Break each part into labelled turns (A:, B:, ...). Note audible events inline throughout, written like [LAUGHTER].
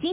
A: 就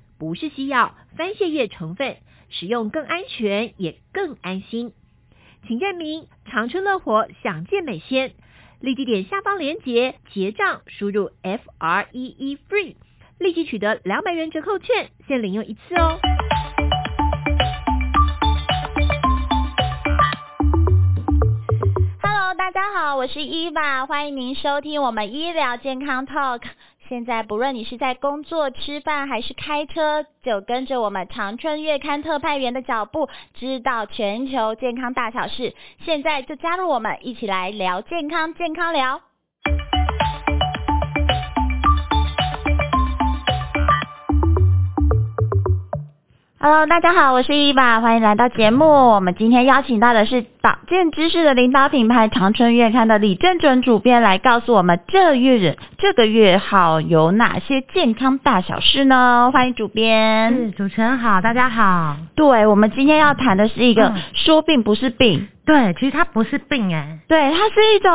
A: 不是西药，番泻叶成分，使用更安全也更安心。请认明长春乐活享健美鲜，立即点下方链接结账，输入 F R E E FREE，立即取得两百元折扣券，限领用一次哦。
B: Hello，大家好，我是伊娃，欢迎您收听我们医疗健康 Talk。现在不论你是在工作、吃饭还是开车，就跟着我们长春月刊特派员的脚步，知道全球健康大小事。现在就加入我们，一起来聊健康，健康聊。Hello，大家好，我是伊娃，欢迎来到节目。我们今天邀请到的是保健知识的领导品牌长春月刊的李正准主编来告诉我们这月这个月号有哪些健康大小事呢？欢迎主编。
C: 是主持人好，大家好。
B: 对，我们今天要谈的是一个、
C: 嗯
B: 说病不是病，
C: 对，其实它不是病哎、
B: 对，它是一种，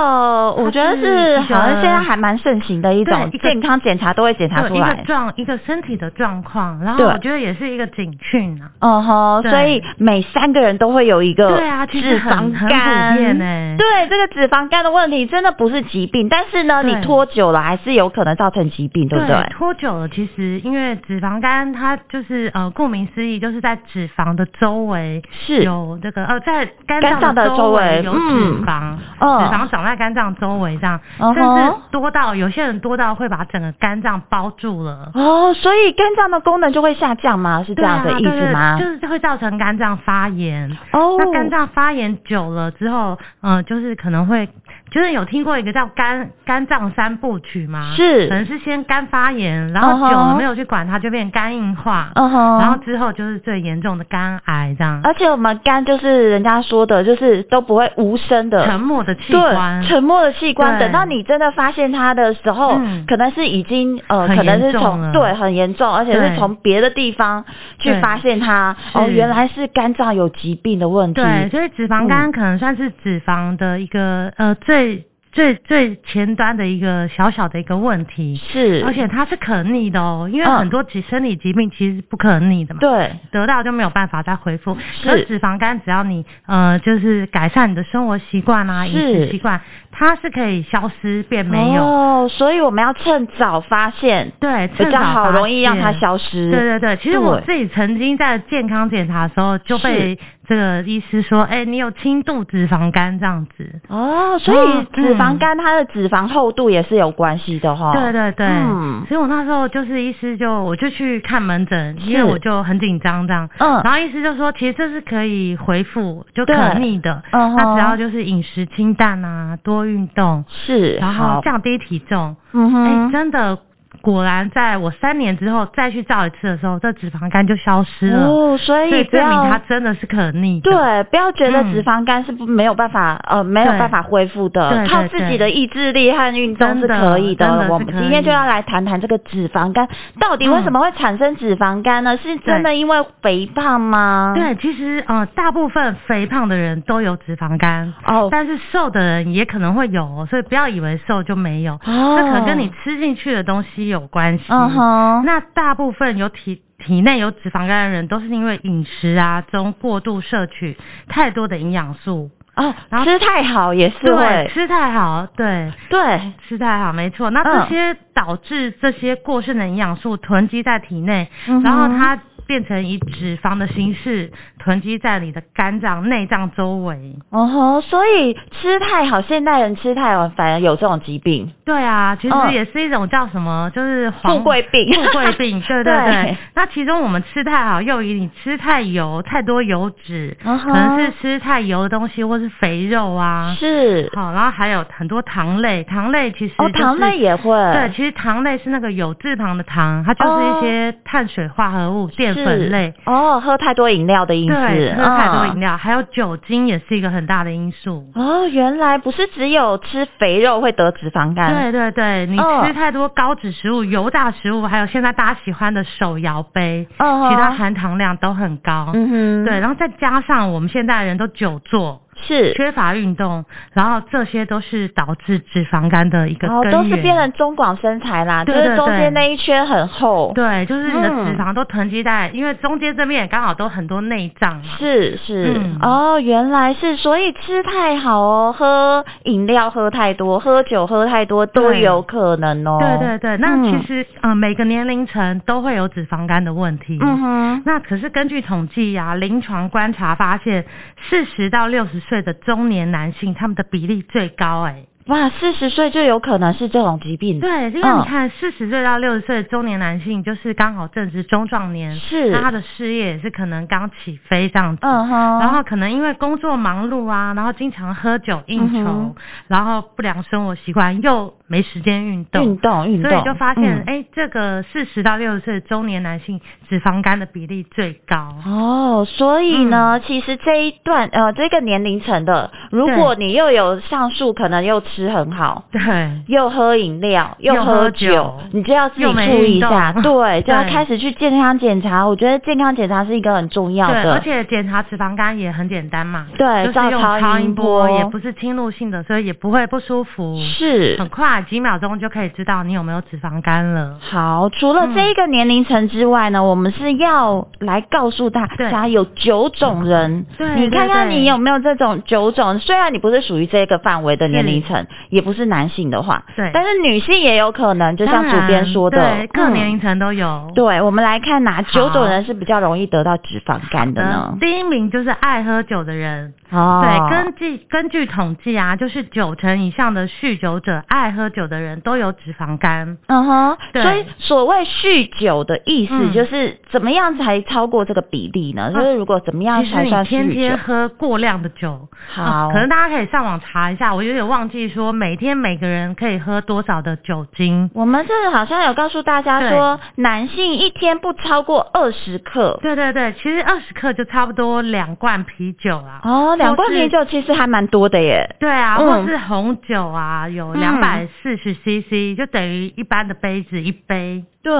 B: 我觉得是
C: 一个
B: 好像现在还蛮盛行的一种
C: 对一个
B: 健康检查都会检查
C: 有
B: 出
C: 一个
B: 来。
C: 状一个身体的状况，然后
B: 对
C: 我觉得也是一个警讯啊。
B: 嗯哼，
C: 对
B: 所以每三个人都会有一个
C: 对啊其实
B: 脂
C: 很
B: 肪
C: 很普
B: 肝，
C: 遍欸
B: 对这个脂肪肝的问题真的不是疾病，但是呢，
C: 对
B: 你拖久了还是有可能造成疾病，对不对？
C: 拖久了，其实因为脂肪肝，它就是呃，顾名思义，就是在脂肪的周围
B: 是
C: 有这个呃，在肝
B: 肝脏
C: 脏
B: 的
C: 的
B: 周
C: 周
B: 围
C: 围有脂肪，
B: 嗯
C: 脂肪长在肝脏周围这样，
B: 嗯
C: 甚
B: 哼
C: 至多到有些人多到会把整个肝脏包住了。
B: 哦，所以肝脏的功能就会下降吗？是这
C: 对啊
B: 样的意思吗？
C: 对对就是会造成肝脏发炎。
B: 哦，
C: 那肝脏发炎久了之后，嗯、就是可能会，就是有听过一个叫肝肝脏三部曲吗？
B: 是
C: 可能是先肝发炎，然
B: 嗯哼
C: 后久了没有去管它，就变肝硬化。
B: 嗯哼，
C: 然后之后就是最严重的肝癌这样，
B: 而且我们肝就是人家说的，就是都不会无声的
C: 沉默的器官
B: 呃对，，沉默的器官。
C: 对
B: 等到你真的发现它的时候，
C: 嗯
B: 可能是已经呃，
C: 很
B: 可能是
C: 严重
B: 从
C: 了
B: 对很严重，而且是
C: 对
B: 从别的地方去
C: 对
B: 发现它。
C: 是
B: 哦，原来是肝脏有疾病的问题。
C: 对，所以脂肪肝可能算是脂肪的一个、呃最最最前端的一个小小的一个问题，
B: 是，
C: 而且它是可逆的哦，因为
B: 嗯
C: 很多疾生理疾病其实是不可逆的嘛。
B: 对，
C: 得到就没有办法再恢复。
B: 是
C: 可是脂肪肝只要你呃，就是改善你的生活习惯啊、
B: 是
C: 饮食习惯，它是可以消失变没有。
B: 哦，所以我们要趁早发现，
C: 对，
B: 比
C: 趁
B: 较
C: 早
B: 好
C: 发
B: 容易让它
C: 现。
B: 消失。
C: 对对对，其实我
B: 对
C: 自己曾经在健康检查的时候就被这个医师说，哎、你有轻度脂肪肝这样子。
B: 哦，所以
C: 嗯
B: 脂肪
C: 嗯
B: 肝它的脂肪厚度也是有关系的哈、
C: 对对对，
B: 哦嗯
C: 所以我那时候就是医师就我就去看门诊，因
B: 是
C: 为我就很紧张这样。
B: 嗯
C: 然后医师就说，其实这是可以恢复，就
B: 对
C: 可逆的。
B: 嗯哼
C: 那只要就是饮食清淡啊，多运动，
B: 是，
C: 然
B: 好
C: 后降低体重。
B: 嗯
C: 哎、
B: 哼，
C: 真的，果然在我三年之后再去照一次的时候，这脂肪肝就消失了。
B: 哦，所以
C: 所以
B: 不
C: 证明
B: 要
C: 它真的是可逆的。 [LAUGHS]
B: 对，不要觉得
C: 嗯
B: 脂肪肝是不没有办法呃没有
C: 对
B: 办法恢复的，
C: 对
B: 靠
C: 对
B: 自
C: 对
B: 己的意志力和运动
C: 真
B: 是
C: 的
B: 可以
C: 真的是
B: 我们
C: 可
B: 今天就
C: 以
B: 要来谈谈这个脂肪肝到底为什
C: 嗯
B: 么会产生脂肪肝呢？是真的因为肥胖吗？
C: 对，其实呃，大部分肥胖的人都有脂肪肝，
B: 哦
C: 但是瘦的人也可能会有哦，所以不要以为瘦就没有，这可能跟你吃进去的东西有关系。
B: 哦嗯哼，
C: 哦那大部分有体体内有脂肪肝的人，都是因为饮食啊中过度摄取太多的营养素，
B: 哦
C: 然，后
B: 吃太好也是
C: 对，
B: 会，
C: 吃太好，对，
B: 对，
C: 吃太好，没错。那
B: 嗯
C: 这些导致这些过剩的营养素囤积在体内，
B: 嗯哼
C: 然后它变成以脂肪的形式囤积在你的肝脏、内脏周围。
B: 哦吼，所以吃太好，现代人吃太好反而有这种疾病，
C: 对啊，其
B: 嗯
C: 实也是一种叫什么，就是黄
B: 富贵病，
C: 富贵病，对对对。
B: 对
C: 那其中我们吃太好，又以你吃太油、太多油脂，
B: [LAUGHS] 嗯哼
C: 可能是吃太油的东西，或是肥肉啊。
B: 是
C: 好，然后还有很多糖类，糖类其实、就
B: 哦，
C: 是、
B: 糖类也会，
C: 对，其实糖类是那个有字旁的糖，它就是一些碳水化合物、淀分类。
B: 哦，喝太多饮料的因素，
C: 对，喝太多饮
B: 料。
C: 料，还有酒精也是一个很大的因素。
B: 哦，原来不是只有吃肥肉会得脂肪肝。
C: 对对对，你
B: 嗯
C: 吃太多高脂食物、油炸食物，还有现在大家喜欢的手摇杯，
B: 对，哦，
C: 其他含糖量都很高。
B: 嗯哼，
C: 对，，然后再加上我们现代人都久坐，
B: 是，
C: 缺乏运动，然后这些都是导致脂肪肝的一个
B: 然后
C: 根源。
B: 哦都是变成中广身材啦，
C: 对
B: 就是
C: 对
B: 中间
C: 对
B: 那一圈很厚。
C: 对，就是你的
B: 嗯
C: 脂肪都囤积在，因为中间这边也刚好都很多内脏嘛。
B: 是是、
C: 嗯
B: 哦，原来是，所以吃太好哦，喝饮料喝太多，喝酒喝太多都
C: 对
B: 有可能哦。
C: 对对对，那
B: 嗯
C: 其实、呃每个年龄层都会有脂肪肝的问题。
B: 嗯哼，
C: 那可是根据统计呀、临床观察发现，四十到六十岁的中年男性，他们的比例最高哎、
B: 哇，四十岁就有可能是这种疾病，
C: 对，因为
B: 嗯
C: 你看，四十岁到六十岁的中年男性，就是刚好正值中壮年，
B: 是
C: 那他的事业也是可能刚起飞这样子。
B: 嗯哼，
C: 然后可能因为工作忙碌啊，然后经常喝酒应酬，
B: 嗯哼
C: 然后不良生活习惯，又没时间运动，
B: 运动运动，
C: 所以就发
B: 嗯
C: 现，哎、这个四十到六十岁的中年男性脂肪肝的比例最高。
B: 哦，所以
C: 嗯
B: 呢，其实这一段呃这个年龄层的，如果你又有上述，可能又吃很好。
C: 对，
B: 又喝饮料，又
C: 又
B: 喝
C: 喝
B: 酒，
C: 酒
B: 你就要自己
C: 又没
B: 注意一
C: 运动
B: 下，对，就要
C: 对
B: 开始去健康检查。我觉得健康检查是一个很重要
C: 对，而
B: 的，
C: 且检查脂肪肝也很简单嘛，
B: 对，
C: 就是
B: 照
C: 用
B: 超
C: 超
B: 音
C: 音
B: 波
C: 波，也不是侵入性的，所以也不会不舒服，
B: 是
C: 很快几秒钟就可以知道你有没有脂肪肝了。
B: 好，除了
C: 嗯
B: 这个年龄层之外呢，我们是要来告诉大
C: 对
B: 家有九种人，
C: 对
B: 你看看
C: 对对
B: 你有没有这种九种。虽然你不是属于这个范围的年龄层，也不是男性的话，
C: 对
B: 但是女性也有可能，就像
C: 当
B: 主编
C: 然
B: 说的，
C: 对，各
B: 嗯
C: 年龄层都有。
B: 对，我们来看哪九种
C: 好
B: 人是比较容易得到脂肪肝的呢
C: 嗯，？第一名就是爱喝酒的人，
B: 哦
C: 对，根据根据统计啊，就是九成以上的酗酒者、爱喝酒的人都有脂肪肝。
B: 嗯哼，
C: 对
B: 所以所谓酗酒的意思
C: 嗯
B: 就是怎么样才超过这个比例呢？就是如果怎么样
C: 哦其实
B: 才
C: 你
B: 算
C: 天
B: 酗
C: 天
B: 酒？
C: 喝过量的酒，
B: 好
C: 嗯可能大家可以上网查一下，我有点忘记说每天每个人可以喝多少的酒精。
B: 我们这好像有告诉大家说，男性一天不超过二十克。
C: 对对对，其实二十克就差不多两罐啤酒啦。
B: 哦，两罐
C: 或是
B: 啤酒其实还蛮多的耶。
C: 对啊，
B: 嗯
C: 或是红酒啊，有
B: 嗯
C: 两百四十 CC，就等于一般的杯子一杯。
B: 对，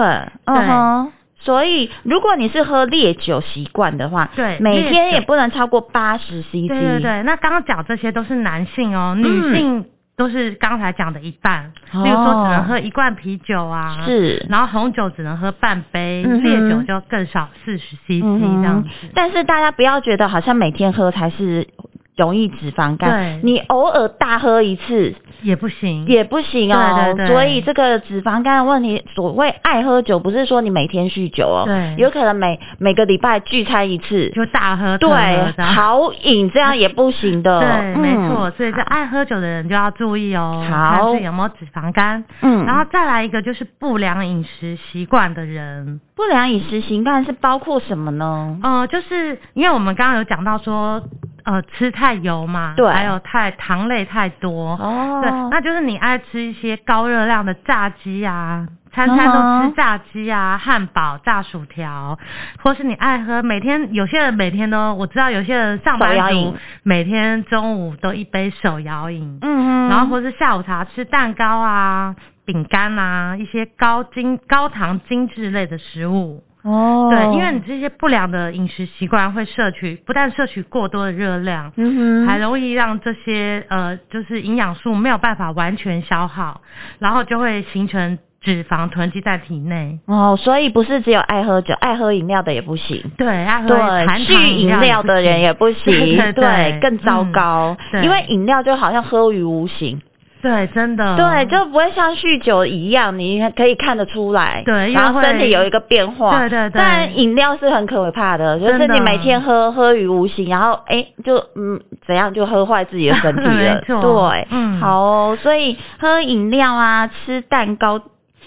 B: 嗯哼。所以，如果你是喝烈酒习惯的话，
C: 对
B: 每天
C: 烈酒
B: 也不能超过八十 CC。
C: 对对对，那刚刚讲这些都是男性哦，
B: 嗯
C: 女性都是刚才讲的一半。
B: 哦
C: 例如说，只能喝一罐啤酒啊，，
B: 是。
C: 然后红酒只能喝半杯，
B: 嗯哼嗯
C: 烈酒就更少，四十 CC 这样子。
B: 但是大家不要觉得好像每天喝才是容易脂肪肝
C: 对，
B: 你偶尔大喝一次
C: 也不行，
B: 也不行哦。
C: 嗯对对对
B: 所以这个脂肪肝的问题，所谓爱喝酒，不是说你每天酗酒哦，
C: 对
B: 有可能每每个礼拜聚餐一次，
C: 就大喝特喝
B: 对，
C: 这样。
B: 好饮这样也不行的。
C: 对，
B: 嗯
C: 没错，所以这爱喝酒的人就要注意哦，
B: 好
C: 看自己有没有脂肪肝。
B: 嗯，
C: 然后再来一个就是不良饮食习惯的人，
B: 不良饮食习惯是包括什么呢？
C: 呃，就是因为我们刚刚有讲到说，呃，吃太油嘛，
B: 对
C: 还有太糖类太多，
B: 哦
C: 对，那就是你爱吃一些高热量的炸鸡啊，餐餐都
B: 嗯哼
C: 吃炸鸡啊、汉堡、炸薯条，或是你爱喝每天有些人每天都，我知道有些人上
B: 手摇
C: 班
B: 饮
C: 族每天中午都一杯手摇饮，
B: 嗯哼
C: 然后或是下午茶吃蛋糕啊、饼干啊，一些高精高糖精致类的食物。
B: 哦，
C: 对，因为你这些不良的饮食习惯会摄取，不但摄取过多的热量，
B: 嗯
C: 还
B: 哼，
C: 容易让这些呃就是营养素没有办法完全消耗，然后就会形成脂肪囤积在体内。
B: 哦，所以不是只有爱喝酒、爱喝饮料的也不行。
C: 对，爱喝
B: 对，
C: 含糖
B: 酗饮料的人也不行，
C: [LAUGHS] 对对对
B: 更糟糕、
C: 嗯对
B: 因为饮料就好像喝于无形，
C: 对，真的
B: 对，就不会像酗酒一样，你可以看得出来，
C: 对因为
B: 然后身体
C: 会
B: 有一个变化，
C: 对对对
B: 但饮料是很可怕的，就是
C: 真的
B: 你每天喝喝于无形，然后哎，就嗯怎样就喝坏自己的身体了
C: [LAUGHS] 没，错
B: 对，
C: 嗯
B: 好哦，所以喝饮料啊，吃蛋糕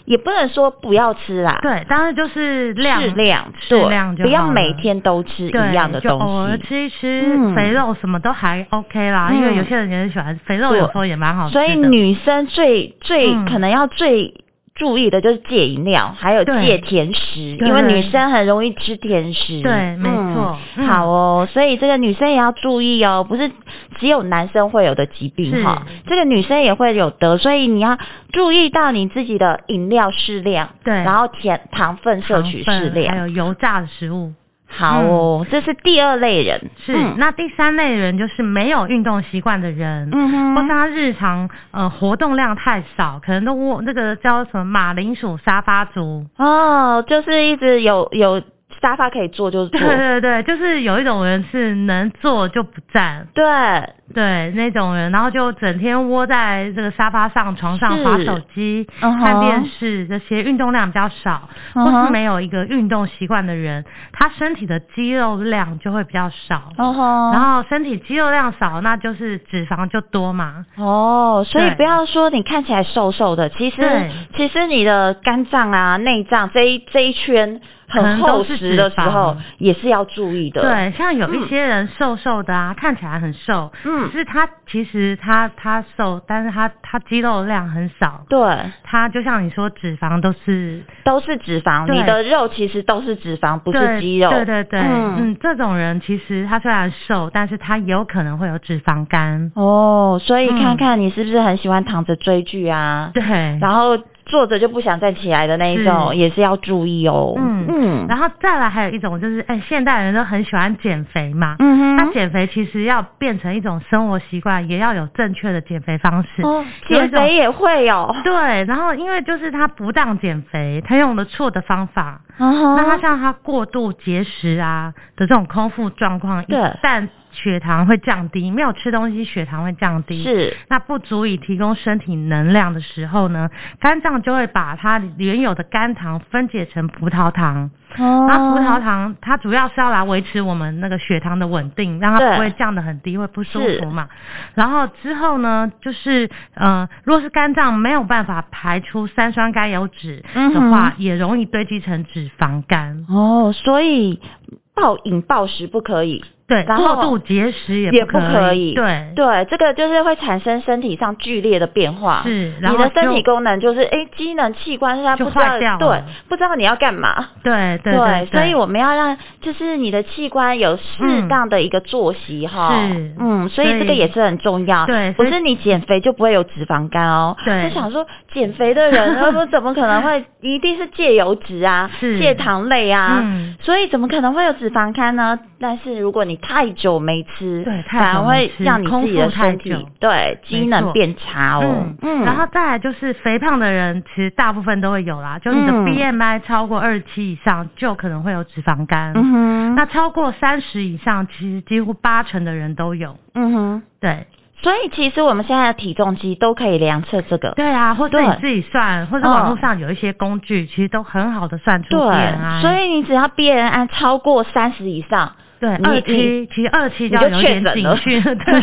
B: 也不能说不要吃啦，
C: 对，当然就是量
B: 适量，
C: 适
B: 对，
C: 量就
B: 不要
C: 好
B: 每
C: 了
B: 天都吃
C: 对
B: 一样的
C: 就偶
B: 东
C: 尔
B: 西。
C: 吃一吃、
B: 嗯
C: 肥肉什么都还 OK 啦，
B: 嗯
C: 因为有些人也很喜欢肥肉，
B: 对
C: 有时候也蛮好吃
B: 所
C: 的。
B: 以女生最最
C: 哦嗯
B: 可能要最注意的就是戒饮料，还有
C: 对
B: 戒甜食，
C: 对
B: 因为女生很容易吃甜食。
C: 对，没错。嗯
B: 好哦，所以这个女生也要注意哦，不是只有男生会有的疾病哈，这个女生也会有的，所以你要注意到你自己的饮料适量，
C: 对
B: 然后甜糖分摄取
C: 糖
B: 适
C: 分还
B: 量。
C: 有油炸的食物。
B: 好哦，这是第二类人，
C: 是，
B: 嗯
C: 那第三类人就是没有运动习惯的人，
B: 嗯哼
C: 或是他日常呃活动量太少，可能都窝那个叫什么马铃薯沙发族。
B: 哦，就是一直有有沙发可以坐就
C: [LAUGHS]
B: 坐
C: 对，对对，就是有一种人是能坐就不站，
B: 对，
C: 对那种人，然后就整天窝在这个沙发上、床上
B: 是
C: 划手机、
B: 嗯哼
C: 看电视，这些运动量比较少，
B: 嗯
C: 或
B: 哼
C: 是没有一个运动习惯的人，他身体的肌肉量就会比较少。
B: 哦吼
C: 然后身体肌肉量少，那就是脂肪就多嘛。
B: 哦，所以
C: 对
B: 不要说你看起来瘦瘦的，其实
C: 对
B: 其实你的肝脏啊、内脏这一这一圈
C: 可
B: 很
C: 能都
B: 厚
C: 是
B: 实的
C: 脂
B: 时候
C: 肪，
B: 也是要注意的。，
C: 对，像有一些人瘦瘦的啊，看起来很瘦，
B: 嗯
C: 可是他其实他他瘦，但是他他肌肉量很少，
B: 对，
C: 他就像你说脂肪都是
B: 都是脂肪，
C: 对
B: 你的肉其实都是脂肪，不是
C: 对
B: 肌肉。
C: 对对对，
B: 嗯
C: 嗯这种人其实他虽然瘦，但是他有可能会有脂肪肝，
B: 哦，所以看
C: 嗯
B: 看你是不是很喜欢躺着追剧啊，
C: 对，
B: 然后坐着就不想站起来的那一种，
C: 是
B: 也是要注意哦。
C: 嗯然后再来还有一种就是，哎，现代人都很喜欢减肥嘛，
B: 嗯
C: 那
B: 哼，
C: 减肥其实要变成一种生活习惯，也要有正确的减肥方式。
B: 哦，
C: 有一
B: 减
C: 种
B: 肥也会哦。
C: 对，然后因为就是他不当减肥，他用了错的方法，那
B: 那
C: 他像他过度节食啊的这种空腹状况，一
B: 对
C: 旦血糖会降低，没有吃东西血糖会降低，
B: 是
C: 那不足以提供身体能量的时候呢，肝脏就会把它原有的肝糖分解成葡萄糖，
B: 哦
C: 那啊葡萄糖它主要是要来维持我们那个血糖的稳定，让它
B: 对
C: 不会降得很低，会不舒
B: 是
C: 服嘛。然后之后呢，就是呃，如果是肝脏没有办法排出三酸甘油脂
B: 嗯
C: 的
B: 哼
C: 话，也容易堆积成脂肪肝。
B: 哦，所以暴饮暴食不可以，
C: 对，
B: 然后
C: 过度节食也
B: 也
C: 不
B: 不可以
C: 对，
B: 对，这个就是会产生身体上剧烈的变化。
C: 是，然
B: 你
C: 后
B: 的身体
C: 就
B: 功能就是，哎，机能器官现在不
C: 就
B: 知道
C: 坏掉，
B: 对
C: 了，
B: 不知道你要干嘛，
C: 对对对，
B: 所以我们要让就是你的器官有适当的一个作息哈，
C: 是
B: 嗯，所以
C: 所以
B: 这个也是很重要，
C: 对
B: 不
C: 所以
B: 是你减肥就不会有脂肪肝哦，
C: 对
B: 我想说减肥的人，他说怎么可能会，一定是戒油脂啊，
C: [LAUGHS] 是
B: 戒糖类啊，
C: 嗯
B: 所以怎么可能会有脂肪肝呢？但是如果你太久没吃，
C: 对太久
B: 反而会
C: 没吃
B: 让你自己的
C: 空腹太
B: 身
C: 久
B: 体对机
C: 没
B: 能
C: 错
B: 变差哦
C: 嗯。嗯，然后再来就是肥胖的人，其实大部分都会有啦，就是你的
B: 嗯
C: BMI 超过二十七以上，就可能会有脂肪肝。
B: 嗯哼，
C: 那超过三十以上，其实几乎八成的人都有。
B: 嗯哼，
C: 对，
B: 所以其实我们现在的体重机都可以量测这个。
C: 对啊，或者
B: 对
C: 你自己算，或者
B: 嗯
C: 网络上有一些工具，其实都很好的算出啊
B: 对
C: BMI。，
B: 所以你只要 BMI 超过三十以上，
C: 对
B: 你
C: 二七，其实二七
B: 你
C: 就
B: 就
C: 要有一
B: 确
C: 点
B: 诊
C: 警
B: 了， [LAUGHS]
C: [LAUGHS] 讯，对，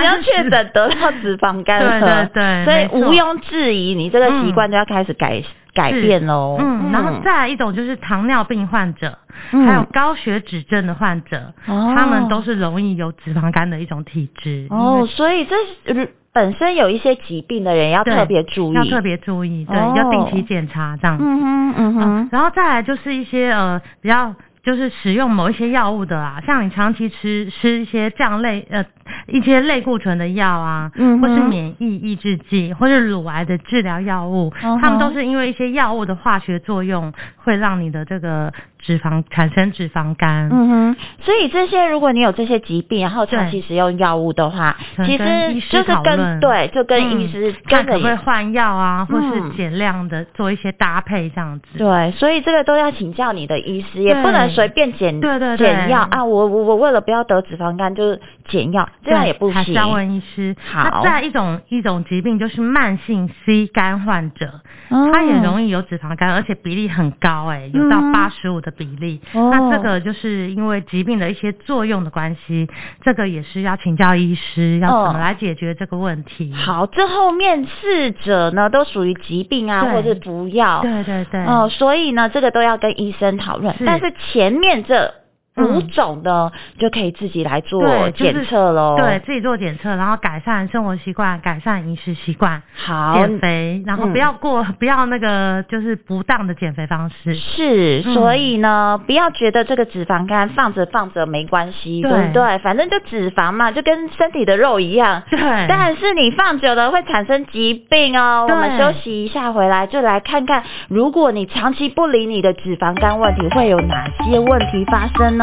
B: 你要确诊得到脂肪肝了，
C: 对对对
B: 所
C: 没错
B: 以毋庸置疑，你这个习惯就要开始改、改变喽。
C: 嗯，然后再来一种就是糖尿病患者，
B: 嗯
C: 还有高血脂症的患者，
B: 哦
C: 他们都是容易有脂肪肝的一种体质。因
B: 哦，
C: 为
B: 所以这是本身有一些疾病的人要
C: 对
B: 特别注意，
C: 要特别注意，对，
B: 哦
C: 要定期检查这样。
B: 嗯哼嗯
C: 嗯
B: 哼，，
C: 然后再来就是一些呃比较。就是使用某一些药物的啦，像你长期吃吃一些这样类呃一些类固醇的药啊，
B: 嗯哼
C: 或是免疫抑制剂，或是乳癌的治疗药物，
B: 嗯哼
C: 他们都是因为一些药物的化学作用，会让你的这个脂肪产生脂肪肝。
B: 嗯哼，所以这些如果你有这些疾病，然后长期使用药物的话，
C: 可能
B: 其
C: 跟
B: 实
C: 医师
B: 就是
C: 讨
B: 跟
C: 论
B: 对，就跟医
C: 嗯
B: 师、跟
C: 看可
B: 着
C: 不可以
B: 也
C: 换药啊，或是
B: 嗯
C: 减量的做一些搭配这样子。
B: 对，所以这个都要请教你的医师，也不能随便减
C: 对对对
B: 减药啊！我我我为了不要得脂肪肝，就是减药，这样
C: 对
B: 也不
C: 还是要
B: 行。
C: 问医师。
B: 好
C: 那再一种一种疾病就是慢性 C 肝患者，
B: 哦
C: 他也容易有脂肪肝，而且比例很高、哎，有到
B: 嗯
C: 八十五的比例。
B: 哦
C: 那这个就是因为疾病的一些作用的关系，这个也是要请教医师，要
B: 哦
C: 怎么来解决这个问题。，
B: 好，这后面四者呢都属于疾病啊，
C: 对
B: 或者是服药
C: 对对对，
B: 哦哦，所以呢这个都要跟医生讨论。
C: 是嗯
B: 但是前面这五种的就可以自己来做检测喽。
C: 对自己做检测，然后改善生活习惯，改善饮食习惯，
B: 好，嗯
C: 减肥，然后不要过、 [LAUGHS] 不要那个就是不当的减肥方式。
B: 是，
C: 嗯
B: 所以呢，不要觉得这个脂肪肝放着放着没关系，
C: 对
B: 对不对？反正就脂肪嘛，就跟身体的肉一样。
C: 对，
B: 但是你放久了会产生疾病哦。
C: 对
B: 我们休息一下，回来就来看看，如果你长期不理你的脂肪肝问题，会有哪些问题发生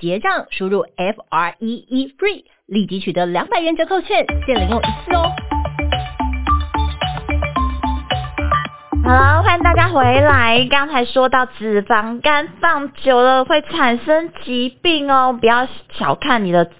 A: 结账，输入 F R E E FREE，立即取得两百元折扣券，限领用一次哦。
B: 好，欢迎大家回来。刚才说到脂肪肝放久了会产生疾病哦，不要小看你的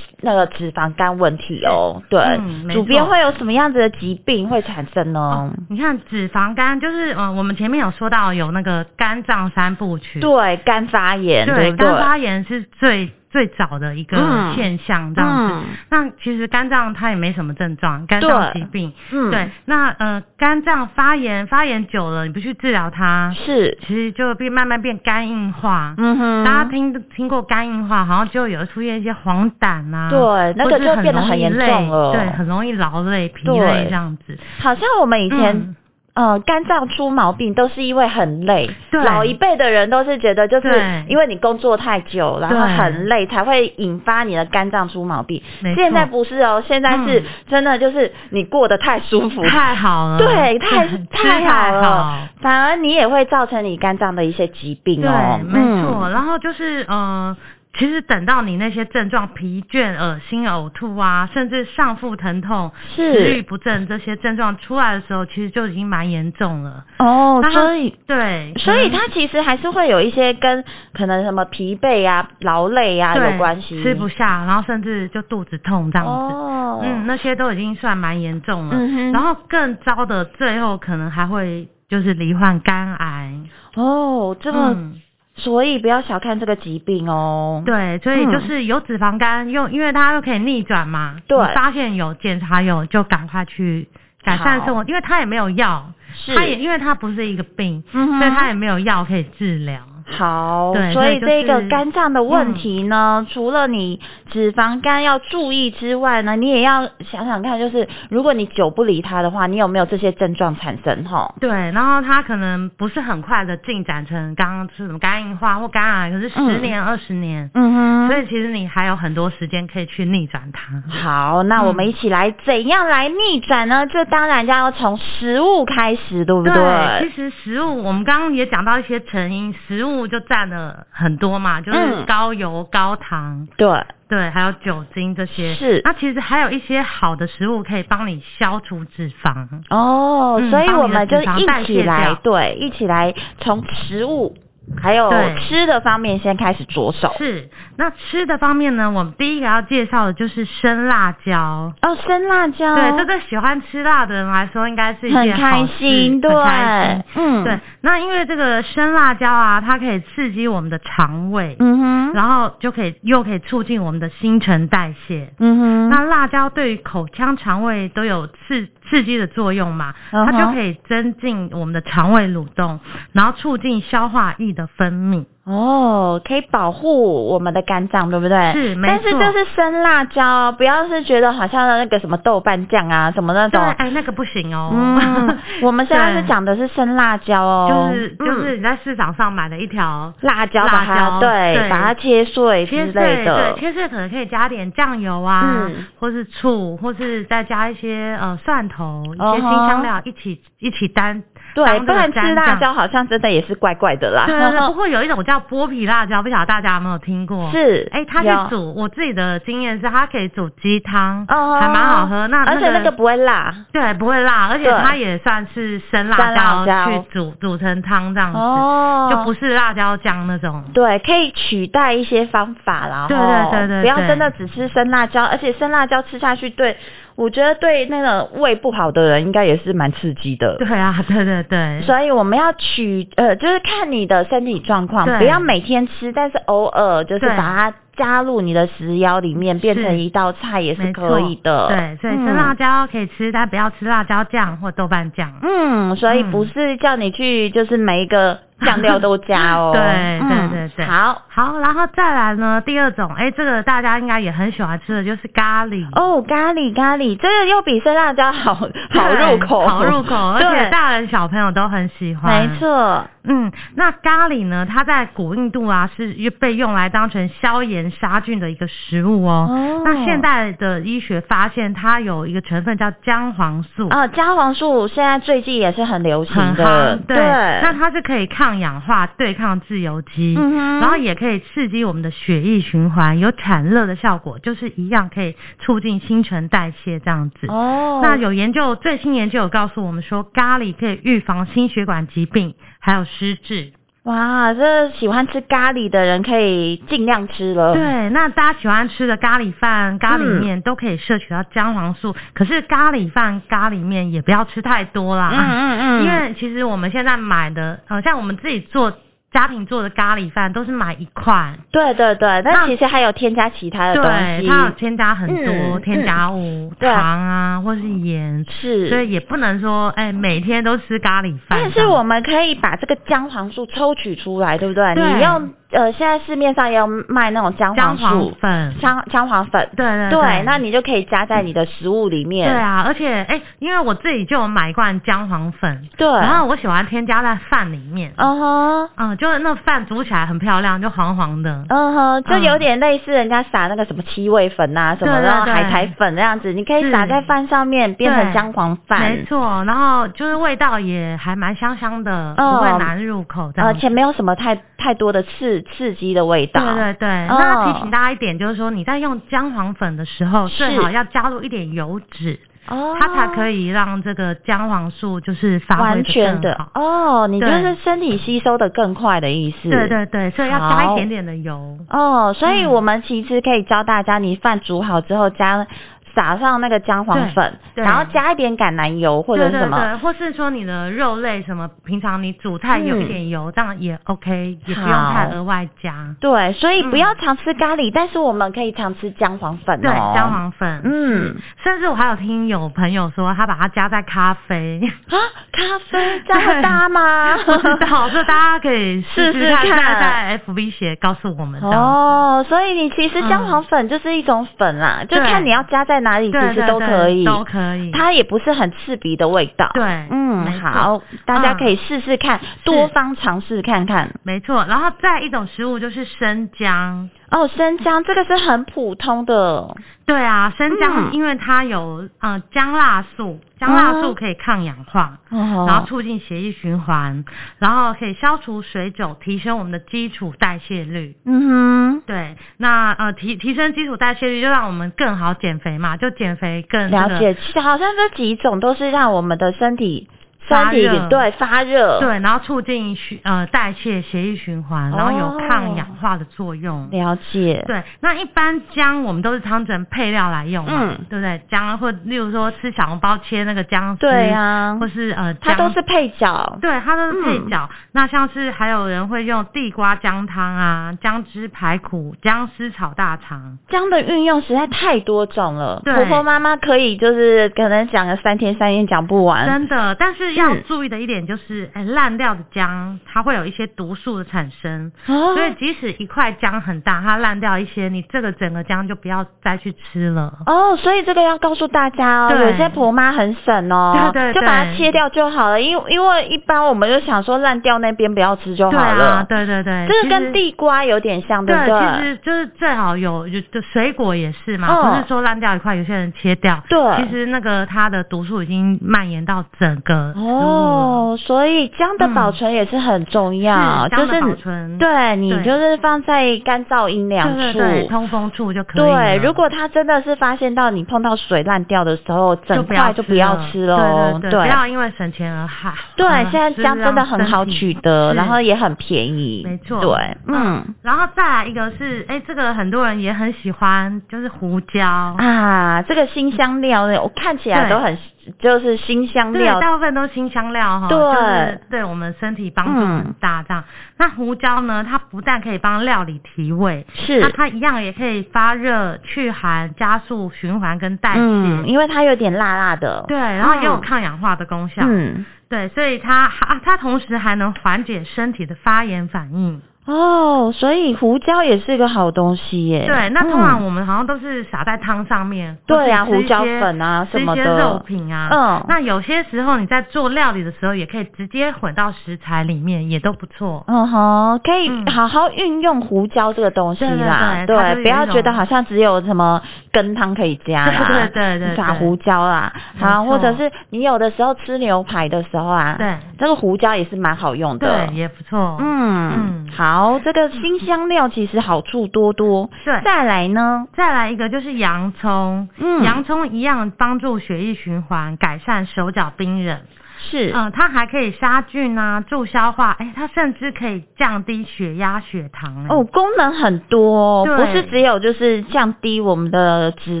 B: 那个脂肪肝问题哦。对，
C: 嗯没错哦
B: 主编会有什么样子的疾病会产生呢？
C: 你看脂肪肝就是呃，我们前面有说到有那个肝脏三部曲，
B: 对，肝发炎，
C: 对，
B: 不对？
C: 肝发炎是最最早的一个
B: 嗯
C: 现象，这样子。
B: 嗯
C: 那其实肝脏它也没什么症状，肝脏疾病，
B: 嗯，
C: 对，那呃肝脏发炎，发炎久了你不去治疗它，
B: 是，
C: 其实就变慢慢变肝硬化。
B: 嗯哼，
C: 大家听听过肝硬化，好像就有出现一些黄疸啊，
B: 对那个
C: 或是
B: 就变得
C: 容
B: 很
C: 易
B: 严
C: 累
B: 重了
C: 对，很容易劳累、疲
B: 对
C: 累这样子。
B: 好像我们以前、
C: 嗯
B: 呃，肝脏出毛病都是因为很累，
C: 对
B: 老一辈的人都是觉得就是
C: 对
B: 因为你工作太久，然后
C: 对
B: 很累才会引发你的肝脏出毛病
C: 没。错
B: 现在不是哦，现在是
C: 嗯
B: 真的就是你过得太舒服，
C: 太好了，
B: 对，太
C: [LAUGHS] 吃
B: 太好
C: 太
B: 了
C: 好，
B: 反而你也会造成你肝脏的一些疾病哦。
C: 对，没错。然后就是呃，其实等到你那些症状，疲倦、恶心、呕吐啊，甚至上腹疼痛、
B: 是
C: 食欲不振这些症状出来的时候，其实就已经蛮严重了。
B: 嗯，哦，
C: 那它
B: 所以。
C: 对，
B: 所以
C: 嗯
B: 它其实还是会有一些跟可能什么疲惫啊、劳累啊
C: 对
B: 有关系，
C: 吃不下，然后甚至就肚子痛这样子。
B: 哦，
C: 嗯，那些都已经算蛮严重了。
B: 嗯哼
C: 然后更糟的，最后可能还会就是罹患肝癌。
B: 哦，这么、
C: 嗯
B: 所以不要小看这个疾病哦。
C: 对，所以就
B: 嗯
C: 是有脂肪肝，又因为它又可以逆转嘛，
B: 对
C: 你发现有检查有就赶快去改善生活，因为它也没有药，
B: 是
C: 它也因为它不是一个病，
B: 嗯哼
C: 所以它也没有药可以治疗。
B: 好
C: 对，
B: 所
C: 所以
B: 以
C: 就
B: 这个
C: 是嗯
B: 肝脏的问题呢，除了你脂肪肝要注意之外呢，你也要想想看，就是如果你久不理它的话，你有没有这些症状产生？哈，
C: 对，然后它可能不是很快的进展成刚刚是什么肝硬化或肝癌，可是十
B: 嗯
C: 年二十、20年，
B: 嗯
C: 所。以其实你还有很多时间可以去逆转它。
B: 好，那我们一起来怎样来逆转呢？这当然就要从食物开始，对不
C: 其实食物我们刚刚也讲到一些成因，食物就占了很多嘛，就是
B: 嗯
C: 高油、高糖，
B: 对，
C: 对，还有酒精这些。
B: 是
C: 那其实还有一些好的食物可以帮你消除脂肪。
B: 哦，
C: 嗯
B: 所以
C: 帮你
B: 我
C: 的
B: 们
C: 脂
B: 就
C: 肪代
B: 一起
C: 谢掉
B: 来，对，一起来从食物还有
C: 对
B: 吃的方面先开始着手。
C: 是，那吃的方面呢，我们第一个要介绍的就是生辣椒。
B: 哦，生辣椒，
C: 对，这对喜欢吃辣的人来说，应该是一
B: 很
C: 件好
B: 开
C: 事
B: 心，对
C: 很开心，
B: 嗯，
C: 对，，那因为这个生辣椒啊，它可以刺激我们的肠胃，
B: 嗯哼，
C: 然后就可以又可以促进我们的新陈代谢。
B: 嗯哼，
C: 那辣椒对于口腔、肠胃都有刺刺激的作用嘛，
B: 嗯
C: 它
B: 哼
C: 就可以增进我们的肠胃蠕动，然后促进消化液的分泌。
B: 哦，可以保护我们的肝脏，对不对？
C: 是没
B: 哎但是
C: 错
B: 就是生辣椒，不要是觉得好像那个什么豆瓣酱啊，什么那
C: 对，
B: 种。
C: 哎，那个不行哦。
B: 嗯， [LAUGHS] 我们现在是
C: 对
B: 讲的是生辣椒哦
C: [LAUGHS] 就，是就是你在市场上买的一条
B: 嗯辣椒，把
C: 辣椒
B: 它对，
C: 对
B: 把它切碎之
C: 切
B: 类
C: 碎，
B: 的
C: 对，，切碎可能可以加点酱油啊，
B: 嗯
C: 或是醋，或是再加一些呃蒜头、一些
B: 哦
C: 新
B: 吼
C: 香料，一起一起单。
B: 对， [LAUGHS]
C: 当
B: 不
C: 这个
B: 然吃
C: 蘸
B: 辣
C: 酱
B: 椒好像真的也是怪怪的啦。
C: 对对对，不过有一种叫叫剥皮辣椒，不晓得大家有没有听过？
B: [LAUGHS] 是，
C: 哎，它是
B: 有，
C: 煮，我自己的经验是它可以煮鸡汤，
B: 哦，
C: 还蛮好喝。那
B: 而且那个不会辣。
C: 对，不会辣，而且
B: 对
C: 它也算是
B: 生
C: 生
B: 辣
C: 辣
B: 椒
C: 椒去煮煮成汤这样子，
B: 哦，
C: 就不嗯是辣椒酱那种。
B: 对，可以取代一些方法啦。
C: 对
B: 吼
C: 对对对
B: 不要
C: 对
B: 真的只吃生辣椒，而且生辣椒吃下去，对我觉得对那个胃不好的人应该也是蛮刺激的。
C: 对啊，对对对，
B: 所以我们要取呃，就是看你的身体状况，
C: 对
B: 不要每天吃，但是偶尔就是
C: 对
B: 把它加入你的食肴里面，变成
C: 是
B: 一道菜也是
C: 没
B: 可以
C: 错
B: 的。
C: 对，所以
B: 嗯
C: 生辣椒可以吃，但不要吃辣椒酱或豆瓣酱。
B: 嗯，所以不
C: 嗯
B: 是叫你去，就是每一个酱料都加哦。
C: [LAUGHS] 对
B: 嗯
C: 对对对
B: 好
C: 好，然后再来呢，第二种，哎，这个大家应该也很喜欢吃的就是咖喱。
B: 哦，咖喱咖喱，这个又比生辣椒好
C: 对
B: 好入口，
C: 好入
B: [LAUGHS]
C: 口，而且大人小朋友都很喜欢。
B: 没，错，
C: 嗯，那咖喱呢？它在古印度啊是被用来当成消炎杀菌的一个食物哦。
B: 哦
C: 那现代的医学发现，它有一个成分叫姜黄素，
B: 啊，姜黄素现在最近也是很流行
C: 很
B: 的，
C: 夯。那它是可以抗氧化、对抗自由基，
B: 嗯哼
C: 然后也可以刺激我们的血液循环，有产热的效果，就是一样可以促进新陈代谢这样子。
B: 哦，
C: 那有研究，最新研究有告诉我们说，咖喱可以预防心血管疾病，还有失智。
B: 哇，这喜欢吃咖喱的人可以尽量吃了，，
C: 对，那大家喜欢吃的咖喱饭、咖喱面都可以摄取到姜黄素，可是咖喱饭、咖喱面也不要吃太多啦。
B: 嗯嗯嗯，
C: 因为其实我们现在买的，呃，像我们自己做家庭做的咖喱饭，都是买一块，
B: 对对对，但
C: 那
B: 其实还有添加其他的
C: 对，
B: 东西，
C: 它有添加很多、
B: 嗯
C: 添加物、
B: 对
C: 糖啊，或是盐，
B: 是，
C: 所以也不能说哎、每天都吃咖喱饭。
B: 但是我们可以把这个姜黄素抽取出来，对不对？
C: 对
B: 你用呃，现在市面上也有卖那种姜
C: 姜
B: 黄
C: 黄
B: 素、
C: 粉，
B: 姜姜黄粉，
C: 对对
B: 对，那你就可以加在你的食物里
C: 对
B: 面。
C: 啊，而且哎、因为我自己就有买一罐姜黄粉，
B: 对，
C: 然后我喜欢添加在饭里面，
B: 嗯哼，
C: 嗯，就是那饭煮起来很漂亮，就黄黄的。
B: 嗯哼，就有点类似人家撒那个什么七味粉呐、什么
C: 对对
B: 然后
C: 对
B: 海苔粉那样子，你可以
C: 是
B: 撒在饭上面，变成
C: 对
B: 姜黄
C: 没
B: 饭，
C: 错，然后就是味道也还蛮香香的，
B: 嗯
C: 不会难入口这样
B: 而
C: 子。
B: 且没有什么太太多的刺刺激的哦味道。
C: 对对对，
B: 嗯
C: 那提醒大家一点，就是说你在用姜黄粉的时候，
B: 是
C: 最好要加入一点油脂，
B: 哦，
C: 它才可以让这个姜黄素就是发挥
B: 完
C: 得
B: 全
C: 更
B: 的
C: 好。
B: 哦，你就
C: 对
B: 是身体吸收的更快的意思。
C: 对对对，所以要加
B: 好
C: 一点点的油。
B: 哦，所以
C: 嗯
B: 我们其实可以教大家，你饭煮好之后加撒上那个姜黄粉，
C: 对对
B: 然后加一点橄榄油或者
C: 对
B: 是
C: 对
B: 什么。
C: 对，或是说你的肉类什么，平常你煮菜有一点油，这样也 OK，也不用
B: 嗯好
C: 太额外加。
B: 对，所以不
C: 嗯
B: 要常吃咖喱，但是我们可以常吃姜黄粉
C: 对，
B: 哦。
C: 姜。黄粉，
B: 嗯
C: 甚至我还有听有朋友说，他把它加在咖
B: [LAUGHS]
C: 啡，啊
B: 啊，咖啡这样会搭
C: [LAUGHS]
B: 吗？
C: 不知道，所以大家可以
B: 试
C: 试
B: 试
C: 试看，
B: 看
C: 再在 FB 写告诉我们的。
B: 哦，所以你其实姜黄粉就是一种粉啦，就
C: 对
B: 看你要加在哪里，
C: 对，
B: 其
C: 对
B: 实
C: 对
B: 都可以，
C: 都可以。
B: 它也不是很刺鼻的味道。
C: 对，
B: 嗯，
C: 没错，
B: 好，大家
C: 嗯
B: 可以试试看，多方尝试看看。
C: 没错。然后再一种食物就是生姜，
B: 哦，生姜这个是很普通的，
C: 对啊，生
B: 嗯
C: 姜因为它有呃姜辣素，姜辣
B: 哦
C: 素可以抗氧化。然后
B: 哦，
C: 促进血液循环，然后可以消除水肿，提升我们的基础代谢率。
B: 嗯
C: 对，那呃提提升基础代谢率，就让我们更好减肥嘛，就减肥
B: 哼，
C: 更、这个、
B: 了解。其实好像这几种都是让我们的身体身
C: 发
B: 体
C: 热
B: 对发热，
C: 对，然后促进循呃代谢、血液循环，
B: 哦
C: 然后有抗氧化的作用。
B: 了解。
C: 对，那一般姜我们都是当成配料来用嘛，
B: 嗯
C: 对不对？姜或例如说吃小笼包切那个姜丝，
B: 对啊
C: 或是呃，
B: 它都
C: 姜
B: 是配角。
C: 对，它都是
B: 嗯
C: 配角。那像是还有人会用地瓜姜汤啊、姜汁排骨、姜丝炒大肠，
B: 姜的运用实在太多种了，
C: 对
B: 婆婆妈妈可以就是可能讲个三天三夜讲不完。
C: 真的。但是要
B: 嗯
C: 注意的一点就是，哎，烂掉的姜它会有一些毒素的产生，
B: 哦
C: 所以即使一块姜很大，它烂掉一些，你这个整个姜就不要再去吃了。
B: 哦，所以这个要告诉大家哦，
C: 对
B: 有些婆妈很省哦，
C: 对对
B: 就把它
C: 对
B: 切掉就好了，因为因为一般我们就想说烂掉那边不要吃就好
C: 对
B: 了
C: 啊，。对对对，
B: 这
C: 其
B: 个
C: 实
B: 跟地瓜有点像，
C: 对
B: 不对？
C: 其实就是最好有就就水果也是嘛，
B: 嗯
C: 不是说烂掉一块，有些人切掉。
B: 对
C: 其实那个它的毒素已经蔓延到整个
B: 哦，所以这样的保存也是很重要，
C: 嗯是这
B: 就是
C: 样的保
B: 你
C: 存，
B: 对你
C: 对
B: 就是放在干燥阴凉
C: 对对
B: 处。
C: 对，通风处就可以了。
B: 对，如果它真的是发现到你碰到水烂掉的时候，整
C: 就不要
B: 块就不要吃
C: 了
B: 喽。
C: 对对对，不要因为省钱而害。
B: 对
C: 而
B: 现在
C: 吃
B: 姜真的
C: 让
B: 很
C: 身
B: 好
C: 体
B: 取得，
C: 是
B: 然后也很便宜。
C: 没错
B: 对，嗯
C: 然后再来一个是，哎，这个很多人也很喜欢，就是胡椒。
B: 啊，这个新香料呢，我看起来
C: 对
B: 都很就是新香
C: 对，
B: 料。
C: 大部分都是新香料哈，
B: 对嗯
C: 就是对我们身体帮助很大。这样，那胡椒呢，它不但可以帮料理提味，那
B: 是，
C: 它一样也可以发热、去寒、加速循环跟代谢。
B: 嗯，因为它有点辣辣的。
C: 对，然后也有
B: 嗯
C: 抗氧化的功效。
B: 嗯，
C: 对，所以它啊，它同时还能缓解身体的发炎反应。
B: 哦，所以胡椒也是一个好东西耶。
C: 对，那通常
B: 嗯
C: 我们好像都是撒在汤上面，
B: 对啊
C: 或是吃一些
B: 胡椒粉啊
C: 吃一
B: 什么
C: 些
B: 的
C: 肉品啊。
B: 嗯
C: 那有些时候你在做料理的时候，也可以直接混到食材里面，也都不错。
B: 嗯哼，可以
C: 嗯
B: 好好运用胡椒这个东西
C: 对对
B: 啦，
C: 对它就有
B: 不要
C: 一种
B: 觉得好像只有什么羹汤可以加啦，
C: 对对对对
B: 撒
C: 对
B: 胡椒啦，
C: 没
B: 好，
C: 错
B: 或者是你有的时候吃牛排的时候啊，
C: 对，
B: 这个胡椒也是蛮好用的，
C: 对，也不错。
B: 嗯
C: 嗯
B: 好，这个新香料其实好处多多，
C: 对
B: 再来呢，
C: 再来一个就是洋葱，
B: 嗯
C: 洋葱一样帮助血液循环，改善手脚冰冷。
B: 是，
C: 嗯，它还可以杀菌啊，助消化，哎，它甚至可以降低血压、血糖。哎
B: 哦，，功能很多哦，
C: 对
B: 不是只有就是降低我们的脂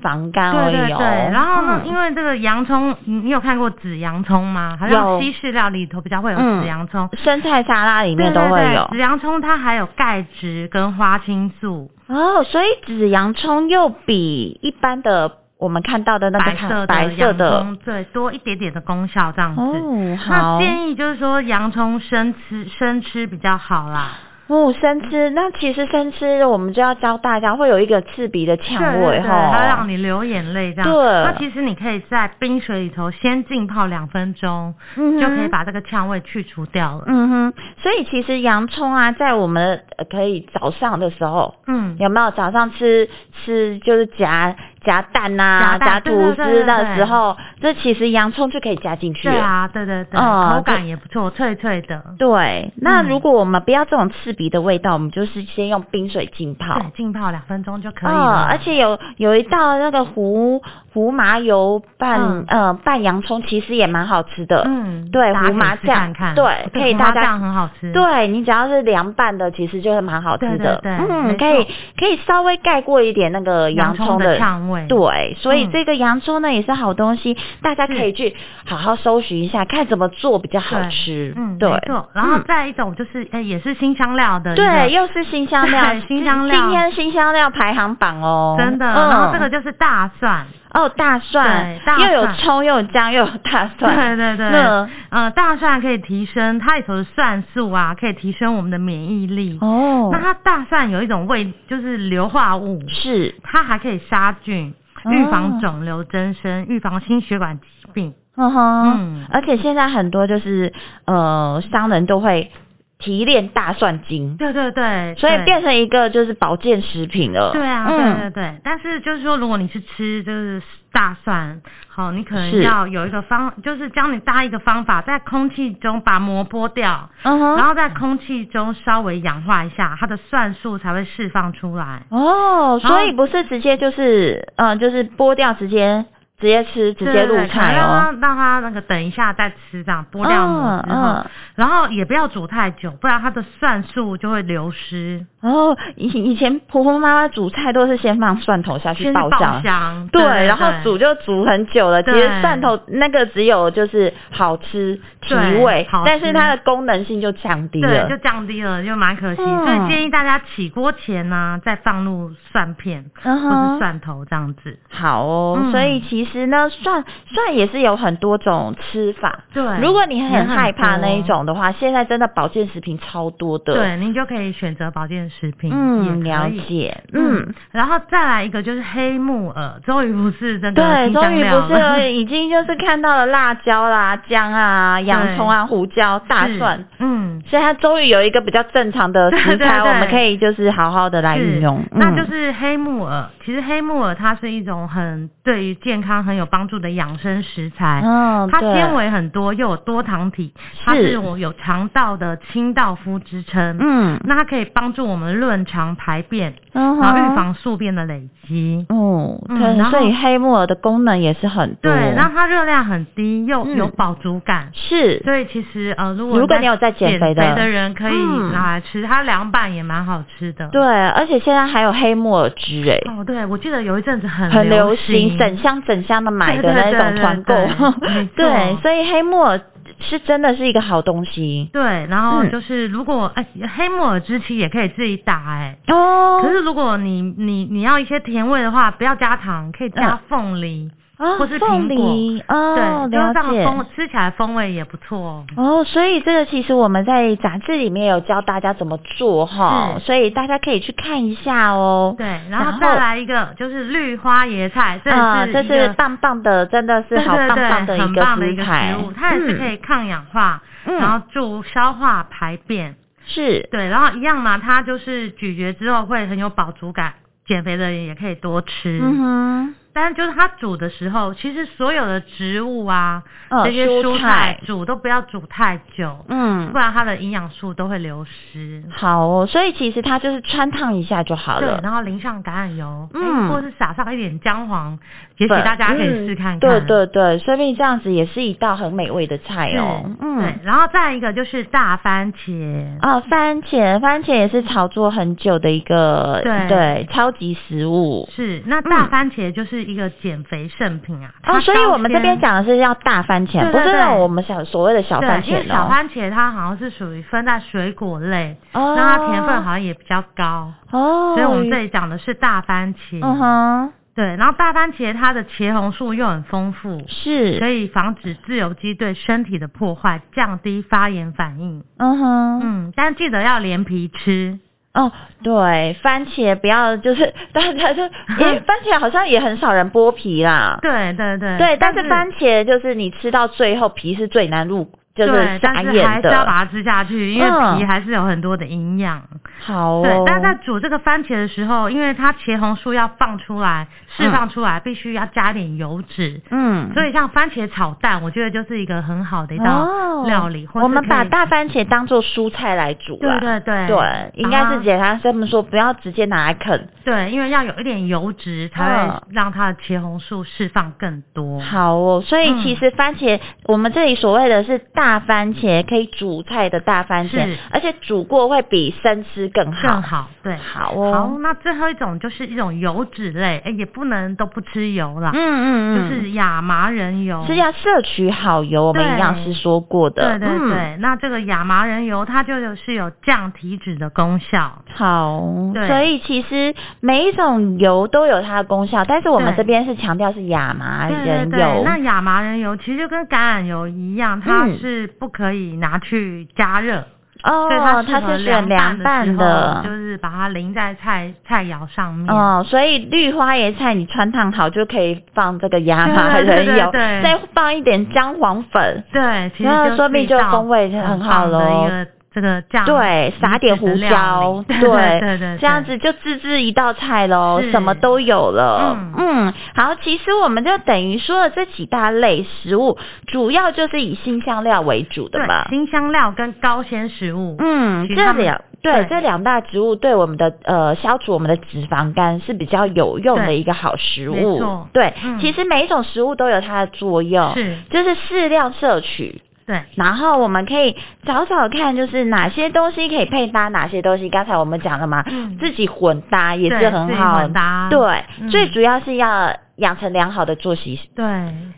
B: 肪肝而
C: 对对
B: 已
C: 对
B: 哦。，
C: 然后呢，
B: 嗯
C: 因为这个洋葱，你你有看过紫洋葱吗？好
B: 有
C: 像西式料理里头比较会有
B: 嗯
C: 紫洋葱。
B: 生菜沙拉里
C: 对
B: 面
C: 对
B: 都会有
C: 对，紫洋葱它还有钙质跟花青素，
B: 哦，所以紫洋葱又比一般的我们看到的那个
C: 白色的
B: 白色
C: 洋
B: 的
C: 葱，对，多一点点的功效这样子。
B: 哦，
C: 那
B: 好
C: 建议就是说洋葱生吃生吃比较好啦，
B: 哦，生吃那其实生吃我们就要教大家会有一个刺鼻的
C: 对
B: 呛
C: 对
B: 味
C: 对，它让
B: 哈，
C: 你流眼泪这样。
B: 哎对
C: 那其实你可以在冰水里头先浸泡两分钟，
B: 嗯哼
C: 就可以把这个呛味去除掉了。
B: 嗯哼，所以其实洋葱啊，在我们呃可以早上的时候。
C: 嗯，
B: 有没有早上吃吃就是夹夹蛋啊、
C: 夹蛋
B: 夹
C: 对对
B: 吐
C: 对
B: 司
C: 对对
B: 的时候，这其实洋葱就可以加进去
C: 对
B: 了。
C: 啊，对对对，
B: 嗯
C: 口感
B: 就
C: 也不错，脆脆的。
B: 对，那
C: 嗯
B: 如果我们不要这种刺鼻的味道，我们就是先用冰水浸泡。
C: 对，浸泡两分钟就可以
B: 哦
C: 了。，
B: 而且有有一道那个胡胡麻油拌、
C: 嗯
B: 呃拌洋葱，其实也蛮好吃的。
C: 嗯，
B: 对
C: 大家
B: 胡
C: 可以
B: 麻
C: 试
B: 酱
C: 看看
B: 对可以
C: 胡
B: 大
C: 麻
B: 家
C: 酱很好吃。
B: 对你只要是凉拌的，其实就是蛮好吃的。
C: 对对对
B: 嗯，
C: 没错
B: 可以可以稍微盖过一点那个洋
C: 洋
B: 葱
C: 葱
B: 的
C: 的呛味。
B: 对，所以
C: 嗯
B: 这个洋葱呢也是好东西，大家可以去好好搜寻一下，看怎么做比较好
C: 对
B: 吃。
C: 嗯，
B: 对
C: 没错。然后
B: 嗯
C: 再一种就是，哎，也是新香料的。
B: 对，。又是新香料
C: 对， [LAUGHS] 新香料
B: 今天新香料排行榜哦，
C: 真的，
B: 嗯
C: 然后这个就是大蒜，
B: 哦，大蒜
C: 对，大蒜
B: 又有葱，又有姜，又有大蒜，
C: 对对
B: [LAUGHS]
C: 对
B: 那，
C: 呃，大蒜可以提升它里头的蒜素啊，可以提升我们的免疫力。
B: 哦
C: 那，它大蒜有一种味，就是硫化物，
B: 是，
C: 它还可以杀菌，
B: 哦
C: 预防肿瘤增生，预防心血管疾病。
B: 嗯哼
C: 嗯，
B: 而且现在很多就是呃商人都会提炼大蒜精，
C: 对对对，
B: 所以
C: 对
B: 变成一个就是保健食品了。
C: 对啊，对对
B: 嗯，
C: 对。但是就是说，如果你是吃就是大蒜，好，你可能
B: 是
C: 要有一个方，就是教你搭一个方法，在空气中把膜剥掉，
B: 嗯
C: 然
B: 哼，
C: 后在空气中稍微氧化一下，它的蒜素才会释放出来。
B: 哦，
C: 然后
B: 所以不是直接就是呃就是剥掉直接直接吃直接
C: 对对
B: 入
C: 对可能
B: 菜
C: 让它
B: 哦。
C: 让它那个等一下再吃，这样剥掉膜之后，
B: 嗯
C: 然后也不要煮太久，不然它的蒜素就会流失，
B: 然后以以前婆婆妈妈煮菜都是先放蒜头下去
C: 先是
B: 爆
C: 爆
B: 香，
C: 香，
B: 对，
C: 对，
B: 然后煮就煮很久了。其实
C: 对
B: 蒜头那个只有就是好吃提
C: 对
B: 味
C: 好，
B: 但是
C: 吃
B: 它的功能性就降低
C: 对，
B: 了
C: 就。降低了，就蛮可惜。
B: 嗯
C: 所以建议大家起锅前呢、再放入蒜片
B: 嗯
C: 或是
B: 哼，
C: 蒜头这样子。
B: 好哦。
C: 嗯
B: 所以其实呢，蒜蒜也是有很多种吃法。
C: 对，
B: 如果你
C: 也
B: 很害怕
C: 多
B: 那一，种的话，现在真的保健食品超多的。，
C: 对，您就可以选择保健食品，
B: 嗯，
C: 也可
B: 了
C: 以。
B: 解。嗯
C: 嗯，，然后再来一个就是黑木耳，终于不是那个
B: 对，
C: 新
B: 终
C: 香
B: 于
C: 料
B: 不是
C: 了
B: 了，，已经就是看到了辣椒啦、姜啊、洋葱啊、胡椒、大蒜
C: 是。嗯，
B: 所以它终于有一个比较正常的
C: [LAUGHS] 对
B: 食
C: 对
B: 材，
C: 对
B: 我们可以就是好好的来
C: 是
B: 运用。
C: 那
B: 嗯
C: 就是黑木耳，其实黑木耳它是一种很对于健康康很有帮助的养生食材。
B: 嗯，
C: 它
B: 对
C: 纤维很多，又有多糖体，它
B: 是
C: 是我有肠道的清道夫之称。
B: 嗯，
C: 那它可以帮助我们润肠排便，
B: 然
C: 然后预防宿便的累积。
B: 哦，
C: 嗯
B: 对，
C: 然后
B: 所以黑木耳的功能也是很多。
C: 对，然后它热量很低，又有饱足感。
B: 是
C: 所以其实呃，如
B: 嗯
C: 果
B: 如果你有在减
C: 减
B: 肥的
C: 的人，可以
B: 嗯
C: 拿来吃，它凉拌也蛮好吃的。
B: 对，而且现在还有黑木耳汁哎、
C: 哦，对，我记得有一阵子很
B: 很流
C: 行，
B: 整箱整箱的买的
C: 对
B: 那
C: 对
B: 种团购
C: 对对对没，错
B: [LAUGHS] 对，所以黑木耳是真的是一个好东西
C: 对，然后
B: 嗯
C: 就是如果哎、黑木耳汁其实也可以自己打哎、
B: 哦
C: 可是如果你你你要一些甜味的话，不要加糖，可以加
B: 嗯
C: 凤梨，
B: 啊
C: 或是
B: 凤
C: 苹果
B: 梨哦，
C: 对，就是
B: 了
C: 这样
B: 解
C: 风吃起来风味也不错哦。
B: 哦，所以这个其实我们在杂志里面有教大家怎么做哈，
C: 是
B: 所以大家可以去看一下哦。
C: 对，然
B: 然
C: 后
B: 后
C: 再来一个就是绿花椰菜，这
B: 啊，
C: 也
B: 这
C: 一
B: 是
C: 个
B: 棒棒的，真的是
C: 对
B: 好
C: 对
B: 棒
C: 对
B: 棒的一
C: 很棒的一
B: 个嗯食
C: 个食
B: 材
C: 物，，它也是可以抗氧化，
B: 嗯，
C: 然
B: 嗯，
C: 后助消化排便。
B: 是
C: 对，然后一样嘛，它就是咀嚼之后会很有饱足感，减肥的人也可以多吃。
B: 嗯
C: 但是就是它煮的时候，其实所有的植物啊，
B: 哼，呃
C: 这些
B: 蔬
C: 蔬菜煮都不要煮太久，
B: 嗯
C: 不，然它的营养素都会流失。
B: 好哦，所以其实它就是穿烫一下就好
C: 对，
B: 了。
C: 然后淋上橄榄油，
B: 嗯
C: 嗯，或者是撒上一点姜黄，也许
B: 对嗯
C: 大家可以试看看。
B: 对对对，说不定这样子也是一道很美味的菜
C: 是
B: 哦。
C: 对
B: 嗯，，
C: 然后再一个就是大番茄，
B: 啊，番茄，番茄也是炒作很久的一个
C: 对
B: 超级食物。
C: 是那大番茄就是一个减肥圣品啊。
B: 嗯哦，
C: 它
B: 所以
C: 高
B: 我们这边
C: 纤
B: 讲的是要大番
C: 对
B: 茄，
C: 对
B: 不是那种
C: 对
B: 我们小所谓的小
C: 对，
B: 番
C: 因
B: 茄
C: 为小
B: 哦。
C: 番茄它好像是属于分在水果类，
B: 哦，
C: 那它甜分好像也比较高，
B: 哦，
C: 所以我们这里讲的是大番茄。
B: 嗯哼，
C: 对，然后大番茄它的茄红素又很丰富，可
B: 是，
C: 以防止自由基对身体的破坏，降低发炎反应。
B: 嗯哼，
C: 嗯，但记得要连皮吃。
B: 哦，对，番茄不要就是 [LAUGHS] 大家就，因
C: [LAUGHS]
B: 为番茄好像也很少人剥皮啦。
C: 对对对。
B: 对，但是番茄就是你吃到最后皮是最难入，就是
C: 对，但
B: 难
C: 是还
B: 咽
C: 是要
B: 的。
C: 把它吃下去，因为皮还是有很多的营养。
B: 好
C: 对
B: 哦，，
C: 但是在煮这个番茄的时候，因为它茄红素要放出来、释
B: 嗯
C: 放出来，必须要加一点油脂。
B: 嗯，
C: 所以像番茄炒蛋，我觉得就是一个很好的一
B: 哦
C: 道料理，或
B: 我
C: 是
B: 们
C: 可
B: 把
C: 以
B: 大番茄当做蔬菜来煮
C: 对
B: 啦。
C: 对对啊
B: 对，应该是
C: 样。
B: 解他这么说，不要直接拿来啃。
C: 对，因为要有一点油脂，才会
B: 嗯
C: 让它的茄红素释放更多。
B: 好哦，所以
C: 嗯
B: 其实番茄，我们这里所谓的是大番茄，可以煮菜的大番茄
C: 是，
B: 而且煮过会比生吃更好。
C: 更好，对。
B: 好
C: 好
B: 哦，，
C: 那最后一种就是一种油脂类，哎，也不能都不吃油啦，
B: 嗯
C: 就。是亚麻仁油。
B: 是要摄取好油，我们营养师说过的。
C: 对对
B: 嗯
C: 对，那这个亚麻仁油它就有是有降体脂的功效。
B: 好，
C: 对
B: 所以其实每一种油都有它的功效，但是我们
C: 对
B: 这边是强调是亚麻
C: 对对
B: 仁
C: 对，
B: 油。
C: 那亚麻仁油其实就跟橄榄油一样，它
B: 嗯
C: 是不可以拿去加热，所以
B: 哦，
C: 它适合
B: 是选
C: 凉
B: 凉拌
C: 的时候
B: 的
C: 就。是把它淋在菜菜肴上面。
B: 哦，所以绿花椰菜你穿烫好就可以放这个亚麻
C: 对对
B: 仁
C: 对
B: 油，
C: 对
B: 再放一点姜黄粉，
C: 对，其实
B: 那
C: 就
B: 说
C: 是
B: 明
C: 一
B: 就
C: 道
B: 风味就很好
C: 棒的
B: 咯
C: 一个这个酱，
B: 对，撒点胡椒， [LAUGHS]
C: 对
B: 对
C: 对对，
B: 这样子就自制一道菜喽，
C: 是
B: 什么都有了。
C: 嗯
B: 嗯，好，其实我们就等于说了这几大类食物，主要就是以新香料为主的
C: 对
B: 嘛。
C: 新香料跟高纤食物，
B: 嗯，
C: 其
B: 这
C: 他们
B: 两对
C: 对
B: 这两大植物对我们的呃消除我们的脂肪肝是比较有用的
C: 对
B: 一个好食
C: 没
B: 物
C: 错。
B: 对，
C: 嗯
B: 其实每一种食物都有它的作用，
C: 是
B: 就是适量摄取。
C: 对
B: 然后我们可以找找看，就是哪些东西可以配搭，哪些东西刚才我们讲了嘛，
C: 嗯
B: 自己混搭也是
C: 对
B: 很
C: 自己
B: 好。
C: 混搭
B: 对，
C: 嗯
B: 最主要是要养成良好的作息，
C: 对，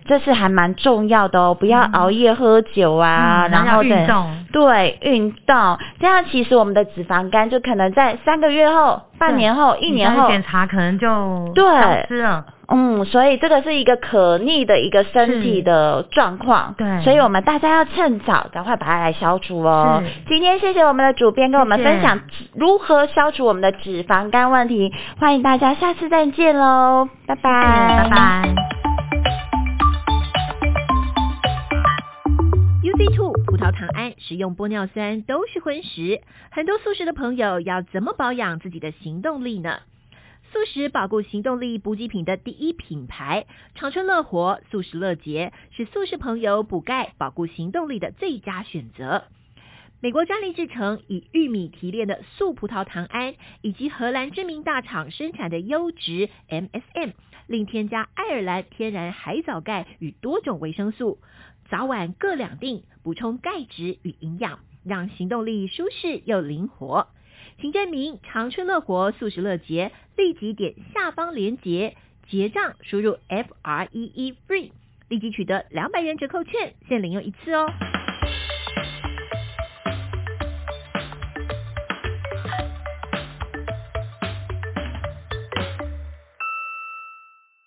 B: 这是还蛮重要的哦，不要熬夜喝酒啊，
C: 嗯
B: 然
C: 要
B: 后
C: 运
B: 等。
C: 动，
B: 对，运动，这样其实我们的脂肪肝就可能在三个月后、半年后、一
C: 你
B: 年
C: 再去
B: 后，
C: 检查可能就
B: 对
C: 消失了，
B: 嗯，所以这个是一个可逆的一个身体的状况，
C: 对
B: 所以我们大家要趁早赶快把它来消除哦
C: 是。
B: 今天谢谢我们的主编跟我们
C: 谢谢
B: 分享如何消除我们的脂肪肝问题，欢迎大家下次再见喽，拜拜，
C: 拜拜。
A: UZ Two 葡萄糖胺食用玻尿酸都是荤食，很多素食的朋友要怎么保养自己的行动力呢？素食保固行动力补给品的第一品牌，长春乐活素食乐捷是素食朋友补钙保固行动力的最佳选择。美国专利制成以玉米提炼的素葡萄糖胺，以及荷兰知名大厂生产的优质 MSM，另添加爱尔兰天然海藻钙与多种维生素，早晚各两锭，补充钙质与营养，让行动力舒适又灵活。请证明长春乐活素食乐捷，立即点下方链接结账，输入 F R E E FREE，立即取得两百元折扣券，限领用一次哦。